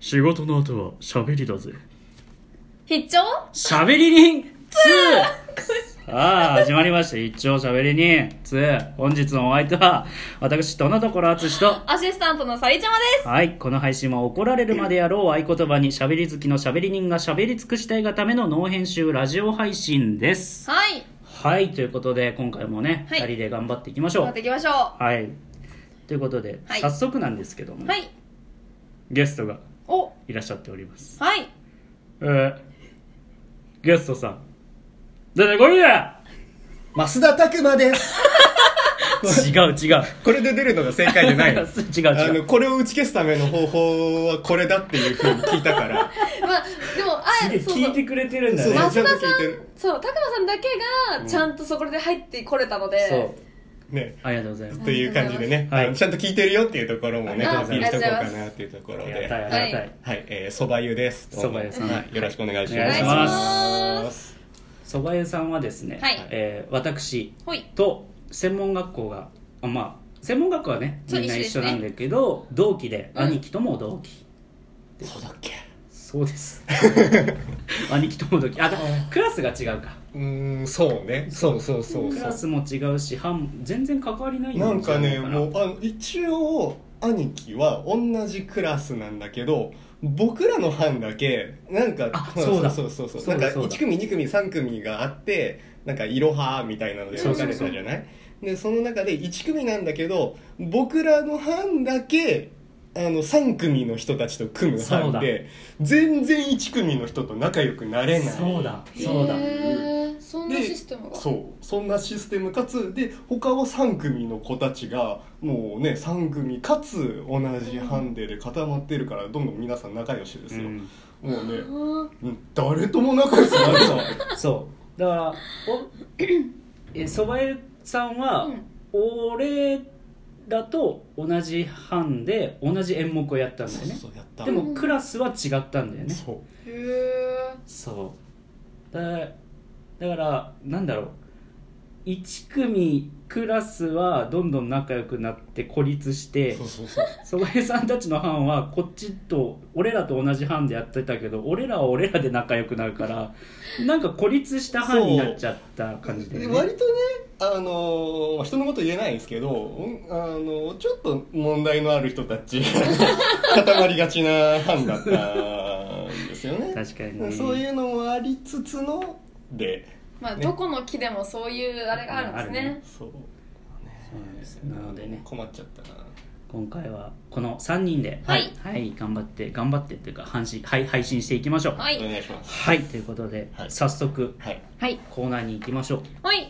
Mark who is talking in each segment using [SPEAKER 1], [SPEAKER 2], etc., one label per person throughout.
[SPEAKER 1] 仕事の後は喋りだぜ
[SPEAKER 2] 必聴
[SPEAKER 1] 喋り人 2! さあ始まりました一丁喋り人2本日のお相手は私どなところ淳と
[SPEAKER 2] アシスタントのさりちゃまです
[SPEAKER 1] はいこの配信は怒られるまでやろう合言葉に喋り好きの喋り人が喋り尽くしたいがためのノー編集ラジオ配信です
[SPEAKER 2] はい
[SPEAKER 1] はいということで今回もね、
[SPEAKER 2] は
[SPEAKER 1] 二人
[SPEAKER 2] い
[SPEAKER 1] で頑張っていきましょ
[SPEAKER 2] やっ
[SPEAKER 1] う
[SPEAKER 2] ていきましょうは
[SPEAKER 1] はいということで、
[SPEAKER 2] はい
[SPEAKER 1] 早速なんですけども、
[SPEAKER 2] い
[SPEAKER 1] ゲストが
[SPEAKER 2] お
[SPEAKER 1] いらっしゃっております
[SPEAKER 2] はい
[SPEAKER 1] えー、ゲストさん出てこいや
[SPEAKER 3] 増田拓馬です
[SPEAKER 1] 違う違う
[SPEAKER 3] これで出るのが正解じゃない の
[SPEAKER 1] 違
[SPEAKER 3] あ
[SPEAKER 1] う違
[SPEAKER 3] の
[SPEAKER 1] う
[SPEAKER 3] これを打ち消すための方法はこれだっていうふうに聞いたから
[SPEAKER 2] まあでもあ
[SPEAKER 1] すげえ
[SPEAKER 2] そうそ
[SPEAKER 1] 聞いうてくれてるんだ
[SPEAKER 3] そう
[SPEAKER 1] ね
[SPEAKER 2] 増田さん
[SPEAKER 3] ちゃんと聞いてる
[SPEAKER 2] そう拓磨さんだけがちゃんとそこで入ってこれたので、
[SPEAKER 1] そう
[SPEAKER 3] ね
[SPEAKER 1] ありがとうございます
[SPEAKER 3] という感じでね、
[SPEAKER 1] はい
[SPEAKER 3] あのちゃんと聞いてるよっていうところもね
[SPEAKER 2] あ
[SPEAKER 3] アピールしとこう
[SPEAKER 2] あ
[SPEAKER 3] か
[SPEAKER 2] りがとうございま
[SPEAKER 3] な
[SPEAKER 2] す
[SPEAKER 3] っていうところ
[SPEAKER 1] あ
[SPEAKER 3] で
[SPEAKER 1] りがたい
[SPEAKER 3] は
[SPEAKER 1] ありがたい、
[SPEAKER 3] い、えー、そば湯ですどうも
[SPEAKER 1] そば湯さん
[SPEAKER 3] はいよろしくお願いし
[SPEAKER 1] お
[SPEAKER 3] ま
[SPEAKER 1] 願い
[SPEAKER 3] す
[SPEAKER 1] します
[SPEAKER 2] ます
[SPEAKER 1] そば湯さんはですね、
[SPEAKER 2] はい
[SPEAKER 1] えー私
[SPEAKER 2] ほい
[SPEAKER 1] と専門学校があまあ専門学校はね
[SPEAKER 2] そう
[SPEAKER 1] みんな
[SPEAKER 2] 一緒で
[SPEAKER 1] 一
[SPEAKER 2] す
[SPEAKER 1] 緒
[SPEAKER 2] ね
[SPEAKER 1] なんだけど、同期で
[SPEAKER 2] うん
[SPEAKER 1] 兄貴とも同期、
[SPEAKER 3] そうだっけ
[SPEAKER 1] そうです兄貴とも同期あだクラスが違うか
[SPEAKER 3] うーんそうねそうそうそう
[SPEAKER 1] クラ
[SPEAKER 3] そ
[SPEAKER 1] スも違うし班全然関わりないう
[SPEAKER 3] なんかね
[SPEAKER 1] じゃない
[SPEAKER 3] もうあの一応兄貴は同じクラスなんだけど僕らの班だけなんか
[SPEAKER 1] あ
[SPEAKER 3] ほら
[SPEAKER 1] そうだ
[SPEAKER 3] そうそうそう
[SPEAKER 1] そうだ
[SPEAKER 3] なん
[SPEAKER 1] そ
[SPEAKER 3] か
[SPEAKER 1] うだ
[SPEAKER 3] 1組2組3組があってなんか「いろは」みたいなので分かれたじゃないでその中で1組なんだけど僕らの班だけあの3組の人たちと組む
[SPEAKER 1] そう
[SPEAKER 3] 班
[SPEAKER 1] だ
[SPEAKER 3] で全然1組の人と仲良くなれない
[SPEAKER 1] そうだそうだ、
[SPEAKER 2] へーそんな
[SPEAKER 3] で
[SPEAKER 2] システムが
[SPEAKER 3] そうそんなシステムかつで他は3組の子たちがもうね3組かつ同じハンデで固まってるからどんどん皆さん仲良しですよ、
[SPEAKER 1] うん
[SPEAKER 3] もうね
[SPEAKER 2] うん
[SPEAKER 3] うん誰とも仲良しになれない
[SPEAKER 1] そうだからお えそば湯さんは、
[SPEAKER 2] うん
[SPEAKER 1] 俺らと同じ班で同じ演目をやったんだ
[SPEAKER 3] そ
[SPEAKER 1] よ
[SPEAKER 3] う
[SPEAKER 1] ね
[SPEAKER 3] そうやった
[SPEAKER 1] でもクラスは違ったんだよね
[SPEAKER 3] そう
[SPEAKER 2] へえ
[SPEAKER 1] そうだだからなんだろう1組クラスはどんどん仲良くなって孤立して
[SPEAKER 3] そうそうそう
[SPEAKER 1] 曽我江さんたちの班はこっちと俺らと同じ班でやってたけど俺らは俺らで仲良くなるからなんか孤立した班になっちゃった感じで、
[SPEAKER 3] で
[SPEAKER 1] ね、
[SPEAKER 3] 割とねあのー人のこと言えないんですけど、うんあのーちょっと問題のある人た ち固まりがちな班だったんですよね
[SPEAKER 1] 確かにね
[SPEAKER 3] そういうのもありつつので
[SPEAKER 2] まあ
[SPEAKER 3] ね
[SPEAKER 2] どこの木でもそういうあれがあるんですね
[SPEAKER 1] あるね
[SPEAKER 3] そ
[SPEAKER 1] そ
[SPEAKER 3] う
[SPEAKER 1] うなんですよなのでね
[SPEAKER 3] 困っちゃったな
[SPEAKER 1] 今回はこの3人で
[SPEAKER 2] は
[SPEAKER 1] はいはい、頑張って頑張ってっていうか配信,、はい、配信していきましょう
[SPEAKER 2] はい
[SPEAKER 3] お願いします
[SPEAKER 1] はいということで、
[SPEAKER 3] はい
[SPEAKER 1] 早速
[SPEAKER 3] はい
[SPEAKER 2] はい
[SPEAKER 1] コーナーに行きましょう
[SPEAKER 2] ほい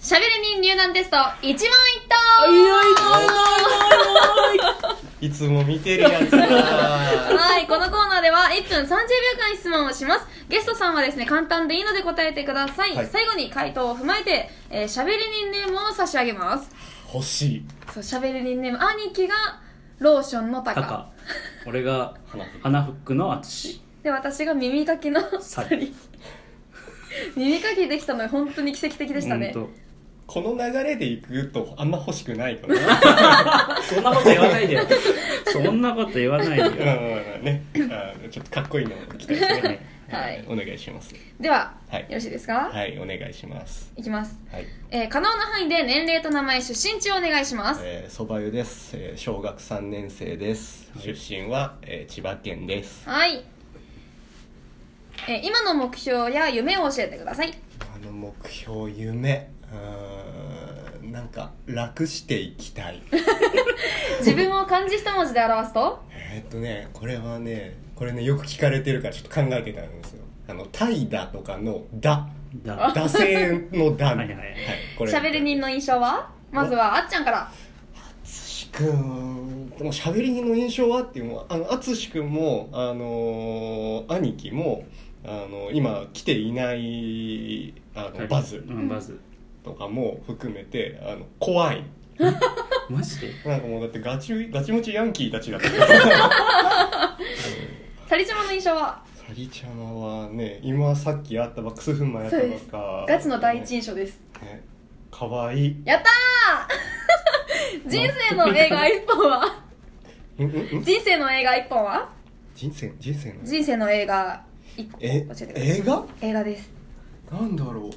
[SPEAKER 2] しゃべり人入団テスト一問一
[SPEAKER 1] あ
[SPEAKER 2] 答
[SPEAKER 1] いいい
[SPEAKER 3] いつも見てるやつだ
[SPEAKER 2] はい、このコーナーでは1分30秒間質問をします。ゲストさんはですね、簡単でいいので答えてください。
[SPEAKER 3] はい
[SPEAKER 2] 最後に回答を踏まえて、えー、しゃべり人ネームを差し上げます。
[SPEAKER 3] 欲しい
[SPEAKER 2] そう、しゃべり人ネーム、兄貴がローションのタ
[SPEAKER 1] タ
[SPEAKER 2] カ
[SPEAKER 1] カ俺が
[SPEAKER 3] 花火
[SPEAKER 1] 花フックの淳
[SPEAKER 2] で、私が耳かきの
[SPEAKER 1] サ
[SPEAKER 2] サ
[SPEAKER 1] リ
[SPEAKER 2] リ。 耳かきできたのが本当に奇跡的でしたね。
[SPEAKER 1] ほんと
[SPEAKER 3] この流れでいくとあんま欲しくないかな
[SPEAKER 1] そんなこと言わないでよそんなこと言わないでよ、
[SPEAKER 3] うんうんうんねあーちょっとかっこいいのを期待して
[SPEAKER 1] はい
[SPEAKER 3] ね
[SPEAKER 2] はい
[SPEAKER 3] お願いします
[SPEAKER 2] では、
[SPEAKER 3] はい
[SPEAKER 2] よろしいですか、
[SPEAKER 3] はいお願いします
[SPEAKER 2] い、きます。
[SPEAKER 3] はい
[SPEAKER 2] えー可能な範囲で年齢と名前、出身地をお願いします。
[SPEAKER 3] えーそば湯です、えー小学3年生です、
[SPEAKER 1] はい
[SPEAKER 3] 出身は、えー千葉県です
[SPEAKER 2] はい。えー今の目標や夢を教えてください。
[SPEAKER 3] あの目標夢うーんなんか楽していきたい
[SPEAKER 2] 自分を漢字一文字で表すと
[SPEAKER 3] えーっとねこれはねこれねよく聞かれてるからちょっと考えてたんですよあの「タイだ」とかの「だ」
[SPEAKER 1] だ
[SPEAKER 3] 惰性の「
[SPEAKER 1] はい
[SPEAKER 3] だ」
[SPEAKER 1] はいはい
[SPEAKER 3] これ
[SPEAKER 2] 喋り人の印象はまずはあっちゃんから
[SPEAKER 3] 淳君この喋り人の印象はっていうのはあの淳君もあのー兄貴もあの今来ていないあのバズ
[SPEAKER 1] うんバズ
[SPEAKER 3] とかも含めてあの怖い
[SPEAKER 1] マジで
[SPEAKER 3] なんかもうだってガチガチムチヤンキーたちだったから。
[SPEAKER 2] さりちゃまの印象は
[SPEAKER 3] サリちゃまはね、今さっき会ったば数分前やったばっか。
[SPEAKER 2] ガチの第一印象です
[SPEAKER 3] ね。可愛いい。
[SPEAKER 2] やったー人生の映画一本は
[SPEAKER 3] うんうんうん
[SPEAKER 2] 人生の映画一本は
[SPEAKER 3] 人生人生の
[SPEAKER 2] 人生の映画一個教え
[SPEAKER 3] え
[SPEAKER 2] てください
[SPEAKER 3] 映画
[SPEAKER 2] 映画です
[SPEAKER 3] なんだろう
[SPEAKER 1] お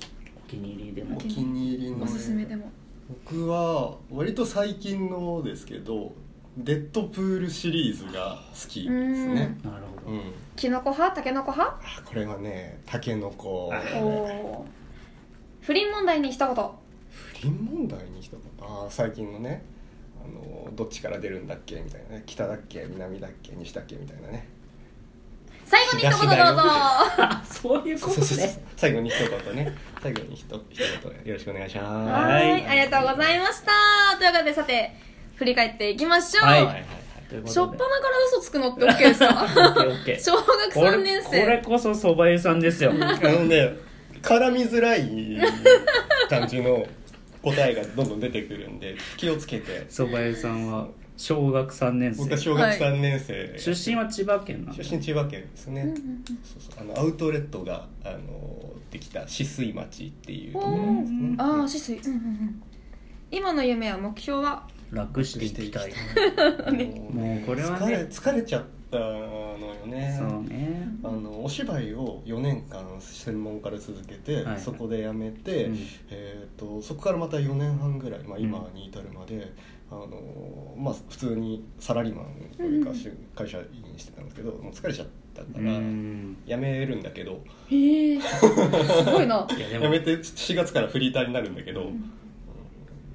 [SPEAKER 1] 気に入りで
[SPEAKER 3] お
[SPEAKER 1] も
[SPEAKER 3] 気に入りのね
[SPEAKER 2] おすすめでも
[SPEAKER 3] 僕は割と最近のですけどデッドプールシリーズが好きですね
[SPEAKER 1] なる
[SPEAKER 3] う
[SPEAKER 1] ほ
[SPEAKER 3] ん、
[SPEAKER 1] ど
[SPEAKER 2] キノコ派タケノコ派
[SPEAKER 3] あこれはねタケノコ
[SPEAKER 1] あ
[SPEAKER 2] おお不倫問題に一言
[SPEAKER 3] 不倫問題にしたああ最近のねあのどっちから出るんだっけみたいなね北だっけ南だっけ西だっけみたいなね
[SPEAKER 2] 最後に一言どうぞ
[SPEAKER 3] 東だよ
[SPEAKER 1] あ そういうことね
[SPEAKER 3] 最後に一言ね最後に一言一言よろしくお願いします
[SPEAKER 1] はい
[SPEAKER 2] はいありがとうございましたというわけでさて振り返っていきましょう、
[SPEAKER 1] は
[SPEAKER 3] はいいはいはい
[SPEAKER 1] というこ
[SPEAKER 2] しょっ
[SPEAKER 1] と
[SPEAKER 2] ぱな
[SPEAKER 1] で
[SPEAKER 2] から嘘つくのって OK ですか
[SPEAKER 1] OK
[SPEAKER 2] 小学
[SPEAKER 1] これ
[SPEAKER 2] 3年
[SPEAKER 1] これ
[SPEAKER 2] 生
[SPEAKER 1] こそ蕎麦湯さんですよ
[SPEAKER 3] あのね絡みづらい感じの答えがどんどん出てくるんで気をつけて
[SPEAKER 1] 蕎麦湯さんは小学3年
[SPEAKER 3] 僕は
[SPEAKER 1] 生
[SPEAKER 3] 小学3年生、
[SPEAKER 1] 出身は千葉県なんだ
[SPEAKER 3] 出身千葉県ですね、
[SPEAKER 2] うんうんうん
[SPEAKER 3] そうそうあのアウトレットがあのできた止水町っていうとこ
[SPEAKER 2] お
[SPEAKER 3] ろですね
[SPEAKER 2] ーあー止水うんうんうん今の夢や目標は
[SPEAKER 1] 楽していきたい
[SPEAKER 3] あの
[SPEAKER 1] もうこれは ね
[SPEAKER 3] 疲れ疲れちゃったのよね
[SPEAKER 1] そうね
[SPEAKER 3] あのお芝居を4年間専門から続けて、
[SPEAKER 1] はい
[SPEAKER 3] そこで辞めて、
[SPEAKER 1] うん
[SPEAKER 3] えー、とそこからまた4年半ぐらい、まあ、
[SPEAKER 1] うん
[SPEAKER 3] 今に至るまで、あのまあ、普通にサラリーマンというか、
[SPEAKER 2] うん
[SPEAKER 3] しゅ会社員してたんですけどもう疲れちゃったか
[SPEAKER 1] う
[SPEAKER 3] ら、
[SPEAKER 1] ん
[SPEAKER 3] 辞めるんだけど
[SPEAKER 2] へえすごいない
[SPEAKER 1] やで
[SPEAKER 3] 辞
[SPEAKER 1] も
[SPEAKER 3] めて4月からフリーターになるんだけど、
[SPEAKER 2] ん
[SPEAKER 3] うん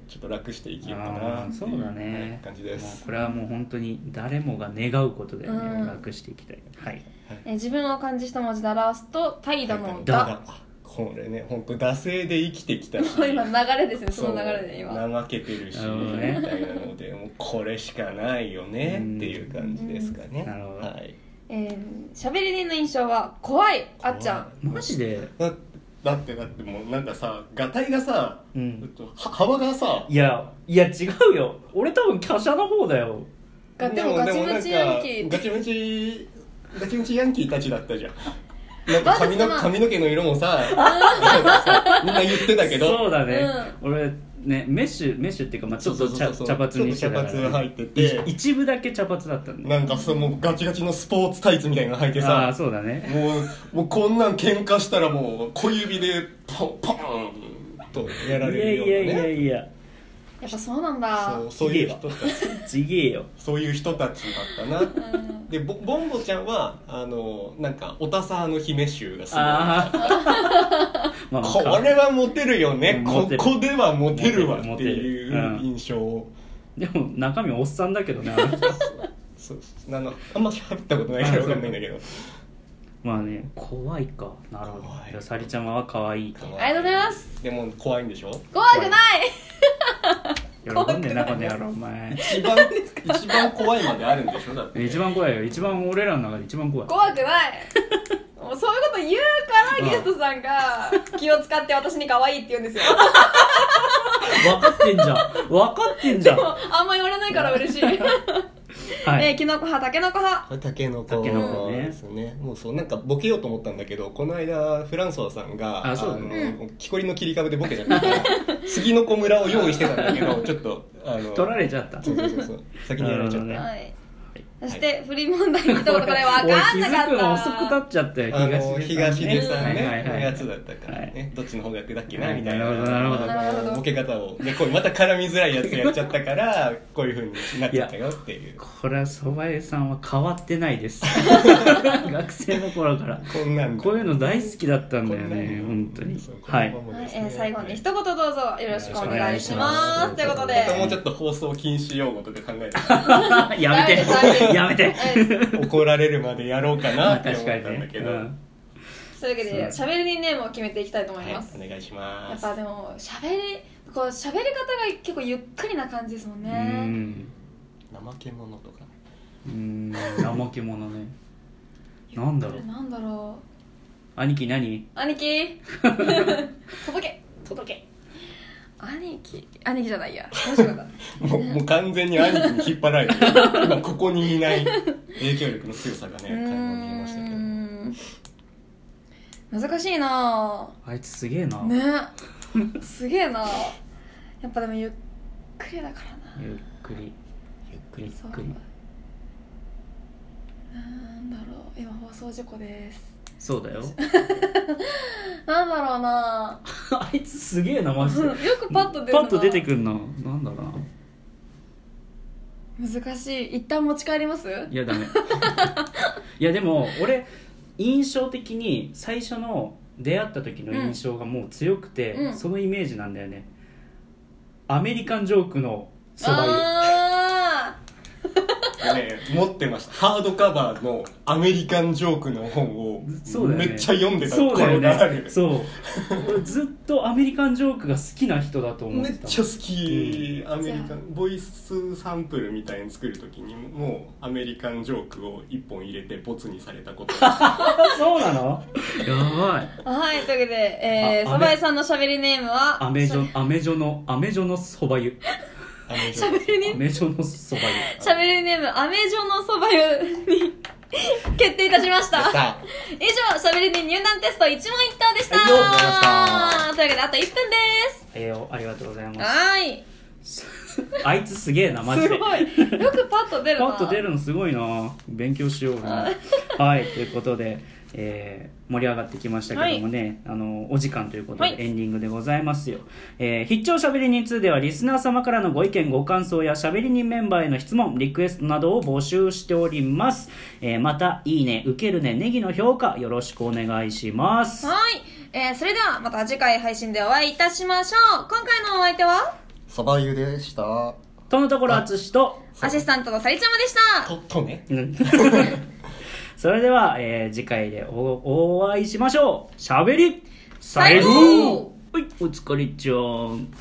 [SPEAKER 3] ちょっと楽して生きようか
[SPEAKER 1] あ
[SPEAKER 3] な
[SPEAKER 1] ー
[SPEAKER 3] って
[SPEAKER 1] そう
[SPEAKER 3] いう
[SPEAKER 1] だね
[SPEAKER 3] 感じで
[SPEAKER 1] もう
[SPEAKER 3] す。
[SPEAKER 1] これはもう本当に誰もが願うことだよね、
[SPEAKER 2] うん
[SPEAKER 1] 楽していきたいはい
[SPEAKER 2] えー自分を漢字一文字で表すと「怠惰の
[SPEAKER 1] だ
[SPEAKER 2] だ
[SPEAKER 3] だこれね本当惰性で生きてきた し」
[SPEAKER 2] 今の流れですねそ
[SPEAKER 3] そう
[SPEAKER 2] の流れで今
[SPEAKER 3] 怠けてるし
[SPEAKER 1] なるほど
[SPEAKER 3] み
[SPEAKER 1] ね
[SPEAKER 3] たいなのでもうこれしかないよねっていう感じですかね
[SPEAKER 1] うんなるほど
[SPEAKER 3] はい
[SPEAKER 2] えー喋り人の印象は怖いあっちゃん
[SPEAKER 1] マジで
[SPEAKER 3] だだってだってもうなんかさがたいがさ、
[SPEAKER 1] うん
[SPEAKER 3] は幅がさ
[SPEAKER 1] いやいや違うよ俺多分華奢な方だよ
[SPEAKER 2] がでもガチムチヤンキ
[SPEAKER 3] でも
[SPEAKER 2] ー
[SPEAKER 3] なんかガチムチガチムチヤンキーたちだった じゃんなんか髪の
[SPEAKER 2] まだその
[SPEAKER 3] 髪の毛の色もさなんかさみんな言ってたけど
[SPEAKER 1] そうだね、俺ねメッシュメッシュっていうか、まあ、ちょっと茶
[SPEAKER 3] そうそうそう
[SPEAKER 1] 茶髪にして
[SPEAKER 3] ちょ
[SPEAKER 1] た
[SPEAKER 3] っ
[SPEAKER 1] か
[SPEAKER 3] と茶髪
[SPEAKER 1] ら、
[SPEAKER 3] 入ってて
[SPEAKER 1] 一部だけ茶髪だったんだ
[SPEAKER 3] なんかそのガチガチのスポーツタイツみたいなの履いて
[SPEAKER 1] ああ
[SPEAKER 3] さ
[SPEAKER 1] ーそうだね
[SPEAKER 3] もうもうこんなん喧嘩したらもう小指でポンポンとや
[SPEAKER 1] い
[SPEAKER 3] ら
[SPEAKER 1] や
[SPEAKER 3] れる
[SPEAKER 1] い
[SPEAKER 3] よ
[SPEAKER 1] やいう
[SPEAKER 3] な
[SPEAKER 1] や
[SPEAKER 3] ね
[SPEAKER 1] いや
[SPEAKER 2] やっぱそうなんだ
[SPEAKER 3] そうそういう人たち
[SPEAKER 1] ちげえよ
[SPEAKER 3] そういう人たちだったなでボボンボちゃんはあのなんかおたさの姫衆がすごい
[SPEAKER 1] ああ まあまあ
[SPEAKER 3] これはモテるよね
[SPEAKER 1] モ
[SPEAKER 3] こ
[SPEAKER 1] テる
[SPEAKER 3] こではモテるわ
[SPEAKER 1] モ
[SPEAKER 3] って
[SPEAKER 1] テる
[SPEAKER 3] い
[SPEAKER 1] モ
[SPEAKER 3] う
[SPEAKER 1] テるうん
[SPEAKER 3] 印象を、
[SPEAKER 1] でも中身おっさんだけどねあの人
[SPEAKER 3] そうあのあんま喋ったことないから分かんないんだけど
[SPEAKER 1] まあね怖いかなるほど
[SPEAKER 3] 怖い
[SPEAKER 1] じゃあさりちゃまは可愛いか
[SPEAKER 2] ありがとうございます
[SPEAKER 3] でも怖いんでしょ
[SPEAKER 2] 怖くない
[SPEAKER 1] 喜んでなこの野郎お前
[SPEAKER 3] 一番一番怖いまであるんでしょだって
[SPEAKER 1] 一番怖いよ一番俺らの中で一番怖い
[SPEAKER 2] 怖くないもうそういうこと言うからゲストさんが気を使って私に可愛いって言うんですよ
[SPEAKER 1] 分かってんじゃん分かってんじ
[SPEAKER 2] で
[SPEAKER 1] ゃん
[SPEAKER 2] もあんま言われないか ら嬉しい
[SPEAKER 1] は
[SPEAKER 2] え
[SPEAKER 1] い
[SPEAKER 2] ーキノコ派タケノコ派
[SPEAKER 3] これタケノ
[SPEAKER 1] タ
[SPEAKER 3] コ
[SPEAKER 1] ケノコね
[SPEAKER 3] ですねもうそうなんかボケようと思ったんだけどこの間フランソワさんが
[SPEAKER 1] あそうだね
[SPEAKER 3] の木こりの切り株でボケちゃったから杉の子村を用意してたんだけどちょっとあの
[SPEAKER 1] 取られちゃった
[SPEAKER 3] そうそうそうそう先にやられちゃった、
[SPEAKER 1] なる
[SPEAKER 2] はいそして不倫問題に一言これ分かんなか
[SPEAKER 1] 俺気 づくの遅く
[SPEAKER 2] っ
[SPEAKER 1] な
[SPEAKER 2] た
[SPEAKER 1] っちゃったよ
[SPEAKER 3] あの東
[SPEAKER 1] 東
[SPEAKER 3] 出
[SPEAKER 1] 出
[SPEAKER 3] さ
[SPEAKER 1] さ
[SPEAKER 3] ん
[SPEAKER 1] ん
[SPEAKER 3] ね
[SPEAKER 1] ね
[SPEAKER 3] のやつだったからね、
[SPEAKER 1] はい
[SPEAKER 3] どっちの方角だっけな、
[SPEAKER 1] はい
[SPEAKER 3] みたいな
[SPEAKER 1] なるほどな
[SPEAKER 2] るほど
[SPEAKER 3] ボケ方をでこれまた絡みづらいやつやっちゃったからこういうふうになっちゃったよっていう
[SPEAKER 1] これは蕎麦屋さんは変わってない です学生の頃 から
[SPEAKER 3] こんなん
[SPEAKER 1] こういうの大好きだったんだよ
[SPEAKER 3] こんな
[SPEAKER 1] ね
[SPEAKER 3] の
[SPEAKER 1] 本当に
[SPEAKER 3] そうこの
[SPEAKER 1] は
[SPEAKER 3] ま
[SPEAKER 1] い
[SPEAKER 3] ま
[SPEAKER 2] はい
[SPEAKER 3] ですね
[SPEAKER 2] えー最後に一言どうぞよろしく
[SPEAKER 1] よろし
[SPEAKER 2] お願いし
[SPEAKER 1] くお願いしま
[SPEAKER 2] ますすということで
[SPEAKER 1] また
[SPEAKER 3] もうちょっと放送禁止用語とか考え て
[SPEAKER 1] やめて
[SPEAKER 2] ダメです
[SPEAKER 1] やめて
[SPEAKER 2] ダメです
[SPEAKER 3] 怒られるまでやろうかな
[SPEAKER 1] まあ
[SPEAKER 3] って思っ
[SPEAKER 1] 確
[SPEAKER 3] た
[SPEAKER 1] か
[SPEAKER 3] ん
[SPEAKER 1] に
[SPEAKER 3] だ
[SPEAKER 1] ね
[SPEAKER 3] けど、
[SPEAKER 1] うん
[SPEAKER 2] というわけで
[SPEAKER 1] そ
[SPEAKER 2] 喋りネームを決めていきたいと思
[SPEAKER 3] はい
[SPEAKER 2] ます、
[SPEAKER 3] いお願いしま
[SPEAKER 2] やっ
[SPEAKER 3] す
[SPEAKER 2] ぱでも喋りこう喋り方が結構ゆっくりな感じですも
[SPEAKER 1] う
[SPEAKER 2] んね
[SPEAKER 1] ん
[SPEAKER 3] 怠け者とか
[SPEAKER 1] うん怠け者ねなんだろう
[SPEAKER 2] なんだろ
[SPEAKER 1] 兄貴何
[SPEAKER 2] う兄 貴届け届け兄貴兄貴じゃないやどうしようかな
[SPEAKER 3] もうもう完全に兄貴に引っ張 られてる今ここにいない影響力の強さがね
[SPEAKER 2] う
[SPEAKER 3] 垣間見えましたけど
[SPEAKER 2] ーん難しいな
[SPEAKER 1] あいつすげえな
[SPEAKER 2] ぁねすげえなぁやっぱでもゆっくりだからな
[SPEAKER 1] ゆっくりゆっくりゆっ
[SPEAKER 2] そう
[SPEAKER 1] くり
[SPEAKER 2] 放送事故です
[SPEAKER 1] そうだよ
[SPEAKER 2] なんだろうな
[SPEAKER 1] あいつすげえなマ ジで
[SPEAKER 2] よくパッと出る
[SPEAKER 1] パ
[SPEAKER 2] な
[SPEAKER 1] ッと出てくるななんだろうな
[SPEAKER 2] 難しい一旦持ち帰ります
[SPEAKER 1] いやダメいやでも俺印象的に最初の出会った時の印象がもう強くて、
[SPEAKER 2] うん
[SPEAKER 1] そのイメージなんだよねアメリカンジョークのそば湯
[SPEAKER 2] あ
[SPEAKER 3] ね持ってましたハードカバーのアメリカンジョークの本を
[SPEAKER 1] そうだよね
[SPEAKER 3] めっちゃ読んでた
[SPEAKER 1] そうだよ
[SPEAKER 3] この流
[SPEAKER 1] ね
[SPEAKER 3] れ
[SPEAKER 1] そう俺ずっとアメリカンジョークが好きな人だと思っ
[SPEAKER 3] め
[SPEAKER 1] て
[SPEAKER 3] ったちゃ好き、アメリ
[SPEAKER 2] じ
[SPEAKER 3] カ
[SPEAKER 2] ゃ
[SPEAKER 3] ンボイスサンプルみたいに作る時にもうアメリカンジョークを1本入れてボツにされた こと
[SPEAKER 1] あそうなのやばい
[SPEAKER 2] ーはいというわけで、えー、
[SPEAKER 1] あ
[SPEAKER 2] そば井さんのしゃべりネームは
[SPEAKER 1] アメジョアメジョのアメジョのそば湯
[SPEAKER 3] アメ
[SPEAKER 2] しゃべりネー
[SPEAKER 1] ア
[SPEAKER 2] ム
[SPEAKER 1] メジョのそば 湯
[SPEAKER 2] しゃべりネームアメジョのそば湯に決定いたしました
[SPEAKER 3] さあ
[SPEAKER 2] 以上しゃべりで入団テスト一問一答でした
[SPEAKER 3] はいよあ
[SPEAKER 2] と
[SPEAKER 3] りが
[SPEAKER 2] いうわけであと1分です
[SPEAKER 1] えーありがとうございます
[SPEAKER 2] はーい
[SPEAKER 1] あいつすげえなマジ
[SPEAKER 2] す
[SPEAKER 1] で
[SPEAKER 2] ごいよくパッと出る
[SPEAKER 1] パ
[SPEAKER 2] な
[SPEAKER 1] ッと出るのすごいな勉強しような はいということで、えー盛り上がってきましたけどもね、あのお時間ということ
[SPEAKER 2] は
[SPEAKER 1] で
[SPEAKER 2] い
[SPEAKER 1] エンディングでございますよ、えー必聴しゃべり人2ではリスナー様からのご意見ご感想やしゃべり人メンバーへの質問リクエストなどを募集しております、えーまたいいね受けるねネギの評価よろしくお願いします
[SPEAKER 2] はい、えー、それではまた次回配信でお会いいたしましょう今回のお相手は
[SPEAKER 4] サバ湯でした。
[SPEAKER 1] とのところ淳と
[SPEAKER 2] アシスタントのさりちゃまでした
[SPEAKER 3] ととね
[SPEAKER 1] うん それでは、えー次回でおお会いしましょうしゃべり
[SPEAKER 2] さよう
[SPEAKER 1] はいお疲れちゃん